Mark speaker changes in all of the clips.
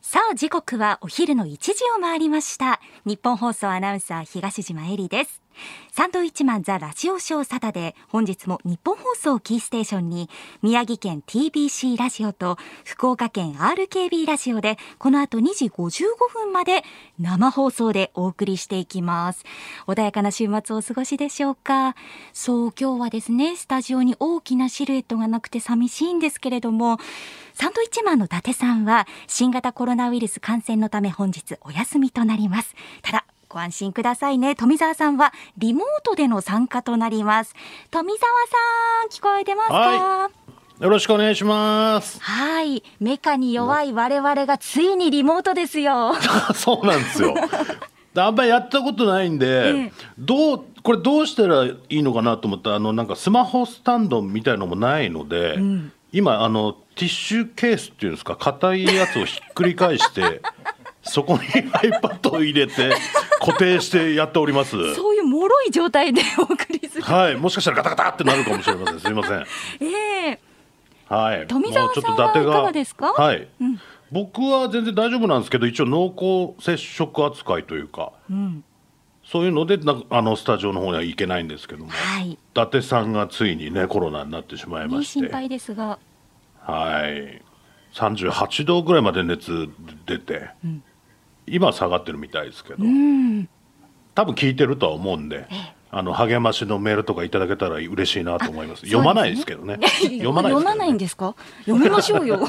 Speaker 1: さあ時刻はお昼の1時を回りました日本放送アナウンサー東島恵里ですサンドウィッチマンザラジオショーサタで本日も日本放送キーステーションに宮城県 TBC ラジオと福岡県 RKB ラジオでこの後2時55分まで生放送でお送りしていきます穏やかな週末をお過ごしでしょうかそう今日はですねスタジオに大きなシルエットがなくて寂しいんですけれどもサンドウィッチマンの伊達さんは新型コロナウイルス感染のため本日お休みとなりますただご安心くださいね。富澤さんはリモートでの参加となります。富澤さん、聞こえてますかは
Speaker 2: はいよろしくお願いします。
Speaker 1: メカに弱い我々がついにリモートです よ。
Speaker 2: そうなんですよ。であんまりやったことないんで、
Speaker 1: ええ
Speaker 2: どうこれどうしたらいいのかなと思ったあのなんかスマホスタンドみたいのもないので、今あのティッシュケースっていうんですか硬いやつをひっくり返して そこに iPad を入れて固定してやっております。
Speaker 1: そういう脆い状態でお送りする。
Speaker 2: はい、もしかしたらガタガタってなるかもしれません。すみません。
Speaker 1: ええ
Speaker 2: はい。
Speaker 1: 富澤
Speaker 2: もうちょっと
Speaker 1: さんは
Speaker 2: 伊達が
Speaker 1: いかがですか
Speaker 2: はい。僕は全然大丈夫なんですけど、一応濃厚接触扱いというか、そういうのでなんかあのスタジオの方には行けないんですけども、
Speaker 1: はい。
Speaker 2: 伊達さんがついにねコロナになってしまいま
Speaker 1: ね、
Speaker 2: して、
Speaker 1: 心配ですが。
Speaker 2: はい。三十八度ぐらいまで熱出て、今は下がってるみたいですけど、
Speaker 1: うん。
Speaker 2: 多分聞いてるとは思うんで。あの励ましのメールとかいただけたら嬉しいなと思います。読まないですけどね。
Speaker 1: 読 まない
Speaker 2: ですけどね
Speaker 1: んですか読みましょうよ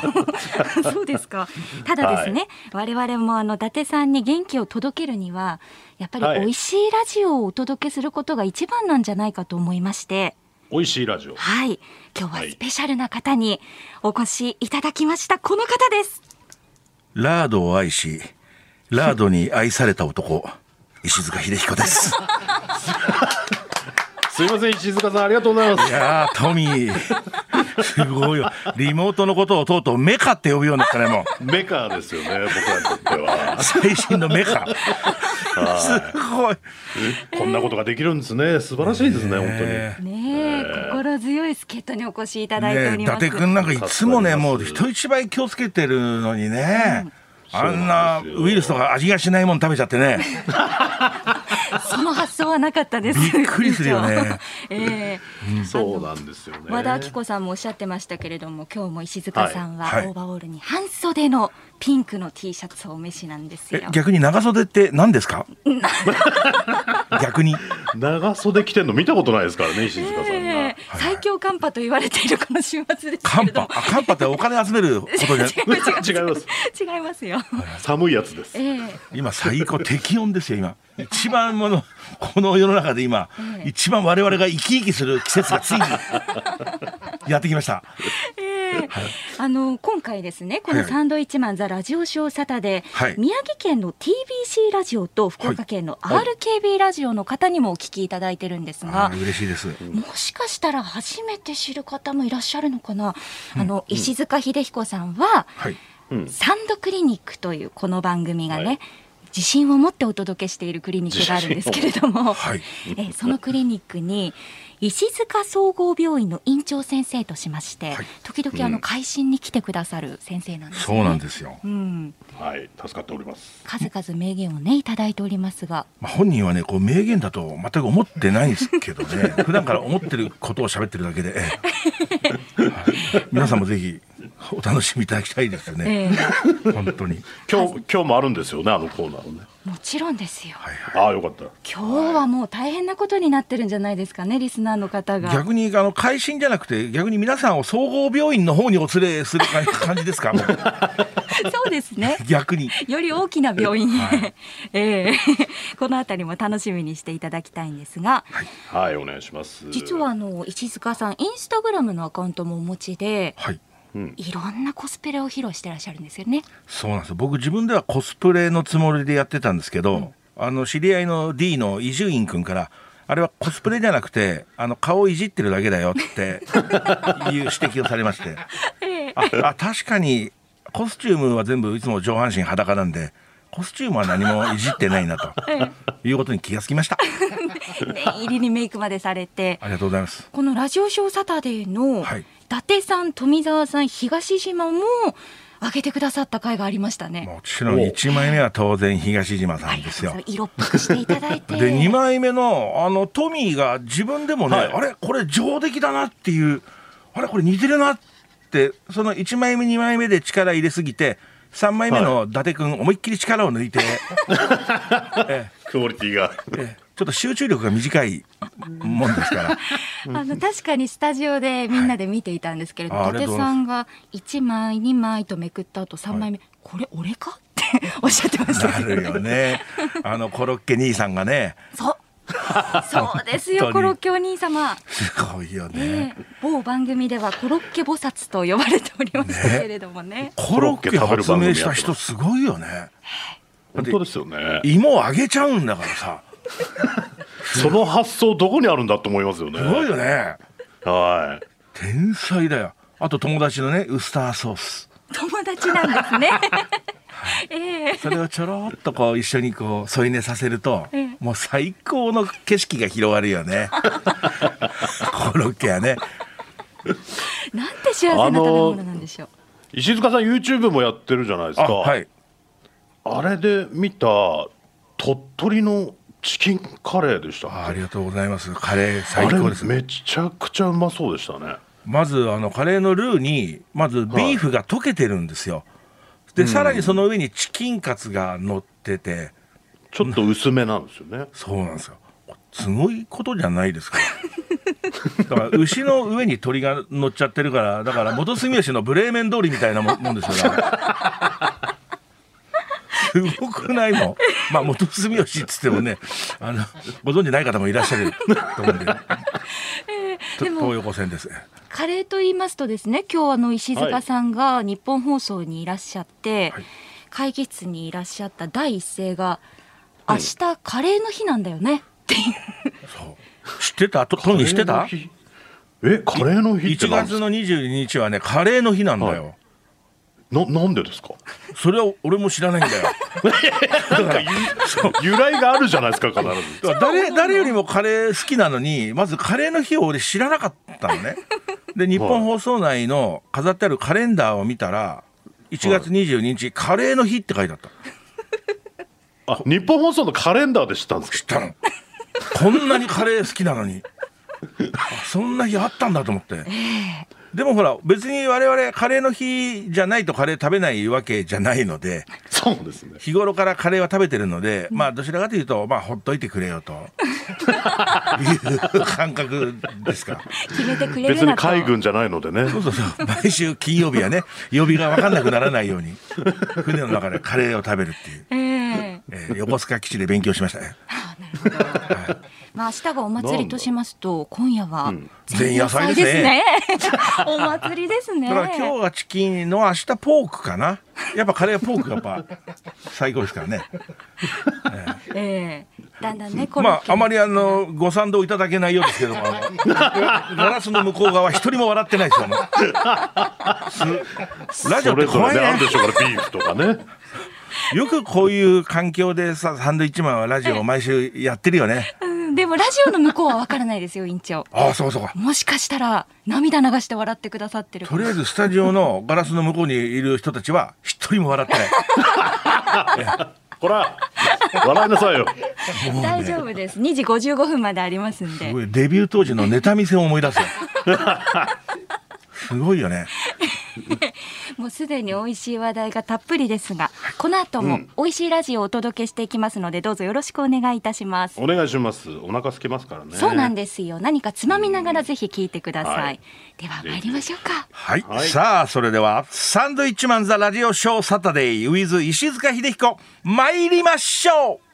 Speaker 1: そうですかただですね、我々もあの伊達さんに元気を届けるにはやっぱ
Speaker 2: は
Speaker 1: り
Speaker 2: い
Speaker 1: 美味しいラジオをお届けすることが一番なんじゃないかと思いまして
Speaker 2: 美味しいラジオ。
Speaker 1: はい今日ははいスペシャルな方にお越しいただきましたこの方です
Speaker 3: ラードを愛し、ラードに愛された男、石塚秀彦です。
Speaker 2: すいません石塚さんありがとうございます
Speaker 3: い。やー、トミー。すごいよ。リモートのことをとうとうメカって呼ぶようになったね、も
Speaker 2: メカですよね、僕らにとっては。
Speaker 3: う。最新のメカ。すごい。
Speaker 2: こんなことができるんですね、素晴らしいですね、本
Speaker 1: ねえ、心強い助っ人にお越しいただいてお
Speaker 3: ねえ、
Speaker 1: り
Speaker 3: 伊
Speaker 1: ます、
Speaker 3: 達くんなんかいつもね、
Speaker 2: 助かります
Speaker 3: もう人一倍気をつけてるのにね。あん
Speaker 2: そうなん
Speaker 3: な
Speaker 2: ですよ
Speaker 3: ウイルスとか味がしないもの食べちゃってね。
Speaker 1: その発想はなかったです
Speaker 3: びっくりするよね
Speaker 1: ええ
Speaker 2: 当に。そうなんですよね。
Speaker 1: 和田アキ子さんもおっしゃってましたけれども今日も石塚さんは
Speaker 3: はいはい
Speaker 1: オーバーオールに半袖のピンクの T シャツをお召しなんですよ。
Speaker 3: え、逆に長袖って何ですか逆に。
Speaker 2: 長袖着てんの見たことないですからね、石塚さんが。
Speaker 1: ええ最強寒波と言われているこの週末ですけ
Speaker 3: カン
Speaker 1: れど
Speaker 3: パ。
Speaker 1: も、
Speaker 3: あカンパってお金集めることじゃ
Speaker 1: 違う 違う
Speaker 2: 違います。
Speaker 1: 違いますよ。
Speaker 2: 寒いやつです。
Speaker 1: ええ
Speaker 3: 今最高適温ですよ今一番ものこの世の中で今、
Speaker 1: ええ
Speaker 3: 一番我々が生き生きする季節が ついにやってきました
Speaker 1: ええあの今回ですねこの
Speaker 3: はい
Speaker 1: サンドイッチマンザラジオショーサタで、
Speaker 3: はい
Speaker 1: 宮城県の TBC ラジオと福岡県の RKB ラジオの方にもお聞きいただいてるんですが、
Speaker 3: あー嬉しいです
Speaker 1: もしかしたら初めて知る方もいらっしゃるのかな、あの石塚秀彦さんは、
Speaker 3: はい
Speaker 2: うん
Speaker 1: サンドクリニックというこの番組がね、
Speaker 2: はい
Speaker 1: 自信を持ってお届けしているクリニックがあるんですけれども、
Speaker 3: はい
Speaker 1: えそのクリニックに石塚総合病院の院長先生としまして、
Speaker 3: はい
Speaker 1: 時々あの会心に来てくださる先生なんです
Speaker 3: そうなんですよ、
Speaker 1: うん、
Speaker 2: はい、助かっております。
Speaker 1: 数々名言をねいただいておりますが
Speaker 3: まあ、本人はねこう名言だと全く思ってないんですけど ね普段から思ってることを喋ってるだけで、ええはい皆さんもぜひお楽しみいただきたいですよね、
Speaker 1: ええ
Speaker 3: 本当に
Speaker 2: 今日、今日もあるんですよね、あのコーナーをね。
Speaker 1: もちろんですよ。
Speaker 3: はい
Speaker 2: ああ、よかった。
Speaker 1: 今日はもう大変なことになってるんじゃないですかね、リスナーの方が。
Speaker 3: 逆にあの会心じゃなくて逆に皆さんを総合病院の方にお連れする感感じです かもう
Speaker 1: そうですね。
Speaker 3: 逆に
Speaker 1: より大きな病院へ、 ええこのあたりも楽しみにしていただきたいんですが、
Speaker 2: はい、お願いします。
Speaker 1: 実はあの石塚さんインスタグラムのアカウントもお持ちで、
Speaker 3: はい
Speaker 1: いろんなコスプレを披露してらっしゃるんですよ ね。
Speaker 3: そうなんですよ僕自分ではコスプレのつもりでやってたんですけど、あの知り合いの D の伊集院君からあれはコスプレじゃなくてあの顔いじってるだけだよっていう指摘をされまして ああ確かにコスチュームは全部いつも上半身裸なんでコスチュームは何もいじってないなということに気がつきました
Speaker 1: 念入りにメイクまでされて、
Speaker 3: ありがとうございます
Speaker 1: このラジオショーサタデーの、
Speaker 3: はい
Speaker 1: 伊達さん、富澤さん、東島も。上げてくださった回がありましたね。
Speaker 3: もちろん1枚目は当然東島さ
Speaker 1: あ
Speaker 3: ん
Speaker 1: りが
Speaker 3: で
Speaker 1: と
Speaker 3: す
Speaker 1: うござい
Speaker 3: よ
Speaker 1: ます。色っぽくしていただいて。
Speaker 3: で2枚目のあのトミーが自分でもね、
Speaker 2: はい
Speaker 3: あれこれ上出来だなっていうあれこれ似てるなってその1枚目2枚目で力入れすぎて3枚目の伊達君、思いっきり力を抜い て
Speaker 2: クオリティが
Speaker 3: えちょっと集中力が短いもんですから
Speaker 1: あの確かにスタジオでみんなで見ていたんですけれど、
Speaker 3: はいあ
Speaker 1: 伊達さんが1枚2枚とめくった後3枚目、これ俺かっておっしゃってました
Speaker 3: なるよねあのコロッケ兄さんがね
Speaker 1: そうそうです
Speaker 3: 本当
Speaker 1: よ
Speaker 3: に
Speaker 1: コロッケお兄様、
Speaker 3: すごいよ
Speaker 1: え
Speaker 3: ね
Speaker 1: え、某番組ではコロッケ菩薩と呼ばれておりましたけれどもね
Speaker 3: コロッケ発明した人すごいよね
Speaker 2: 本当ですよね
Speaker 3: 芋をあげちゃうんだからさ
Speaker 2: その発想どこにあるんだと思いますよね
Speaker 3: すごいよね
Speaker 2: はい
Speaker 3: 天才だよあと友達のねウスターソース
Speaker 1: 友達なんですね ええ
Speaker 3: それをちょろっとこう一緒にこう添い寝させると、
Speaker 1: ええ
Speaker 3: もう最高の景色が広がる よねコロッケはね
Speaker 1: なんて幸せな食べ物なんでしょう、
Speaker 2: 石塚さん YouTube もやってるじゃないですか
Speaker 3: あ
Speaker 2: あ,、
Speaker 3: はい
Speaker 2: れで見た鳥取のチキンカレーでした
Speaker 3: あ
Speaker 2: あ
Speaker 3: ありがとうございますカレー最
Speaker 2: れ
Speaker 3: 高です
Speaker 2: めちゃくちゃうまそうでしたね
Speaker 3: まずあのカレーのルーにまずビーフが溶けてるんですよ、でさらにその上にチキンカツが乗ってて
Speaker 2: ちょっと薄めなんですよね
Speaker 3: そうなんですよすごいことじゃないですかだから牛の上に鳥が乗っちゃってるからだから元住吉のブレーメン通りみたい なももんですよだからすごくないのまあ元住吉っつってもねあのご存知ない方もいらっしゃると思うんで
Speaker 1: でも
Speaker 3: 東横線です
Speaker 1: カレーと言いますとですね今日あの石塚さんが日本放送にいらっしゃって、
Speaker 3: はい
Speaker 1: 会議室にいらっしゃった第一声が「明日カレーの日なんだよね」っていう
Speaker 3: そう知ってたとトミー知ってた
Speaker 2: カレーの日えカレーの日って
Speaker 3: 1
Speaker 2: なんで
Speaker 3: 月
Speaker 2: すか
Speaker 3: の22日はねカレーの日なんだよ、
Speaker 2: ななんでですか
Speaker 3: それは俺も知らないんだよ
Speaker 2: なんかゆ 由来があるじゃないですか必ず
Speaker 3: だから誰誰よりもカレー好きなのにまずカレーの日を俺知らなかったのねで日本放送内の飾ってあるカレンダーを見たら1月22日、カレーの日って書いてあった
Speaker 2: あ日本放送のカレンダーで知ったんですか
Speaker 3: 知ったのこんなにカレー好きなのにあそんな日あったんだと思ってでもほら別に我々カレーの日じゃないとカレー食べないわけじゃないので
Speaker 2: そうですね
Speaker 3: 日頃からカレーは食べてるので、まあどちらかというとまあほっといてくれよという感覚ですか
Speaker 1: 決めてくれ
Speaker 2: 別
Speaker 1: るな
Speaker 2: に
Speaker 1: と
Speaker 2: 海軍じゃないのでね
Speaker 3: そうそうそう。 毎週金曜日はね、曜日が分かんなくならないよ うに、船の中でカレーを食べるっていう。
Speaker 1: ええ
Speaker 3: えー横須賀基地で勉強しましたね。
Speaker 1: まあ明日がお祭りとしますと今夜は
Speaker 2: ん
Speaker 3: 前夜祭ですね。
Speaker 1: お祭りですね
Speaker 3: だから今日はチキンの明日ポークかな。やっぱカレーはポークがやっぱ最高ですからね。
Speaker 1: ええだんだんね
Speaker 3: まああまりあ
Speaker 1: の
Speaker 3: のご賛同いただけないようですけども、あの ガラスの向こう側一人も笑ってないですよ。もうすラジオ
Speaker 2: それぞ
Speaker 3: って
Speaker 2: れ
Speaker 3: 怖い
Speaker 2: ねあ
Speaker 3: ね
Speaker 2: る。でしょうからビーフとかね
Speaker 3: よくこういう環境でさサンドイッチマンはラジオを毎週やってるよね。
Speaker 1: うんでもラジオの向こうはわからないですよ院長
Speaker 3: ああそうかそうか。
Speaker 1: もしかしたら涙流して笑ってくださってる
Speaker 3: とりあえずスタジオのガラスの向こうにいる人たちは一人も 笑ってな
Speaker 2: ほら笑いなさいよ
Speaker 3: い。もうね
Speaker 1: 大丈夫です2時55分までありますんです
Speaker 3: ごいデビュー当時のネタ見せを思い出すよ。 すごいよね。
Speaker 1: もうすでに美味しい話題がたっぷりですが、この後も美味しいラジオをお届けしていきますので、どうぞよろしくお願いいたします。
Speaker 2: お願いしますお腹空きますからね
Speaker 1: そうなん
Speaker 2: で
Speaker 1: ですよ。何かつまみながらぜひ聞いてください。
Speaker 2: はい
Speaker 1: では参りましょうか。
Speaker 3: はい。
Speaker 2: はい
Speaker 3: さあ、それでは、サンドイッチマンザラジオショーサタデー with 石塚秀彦、参りましょう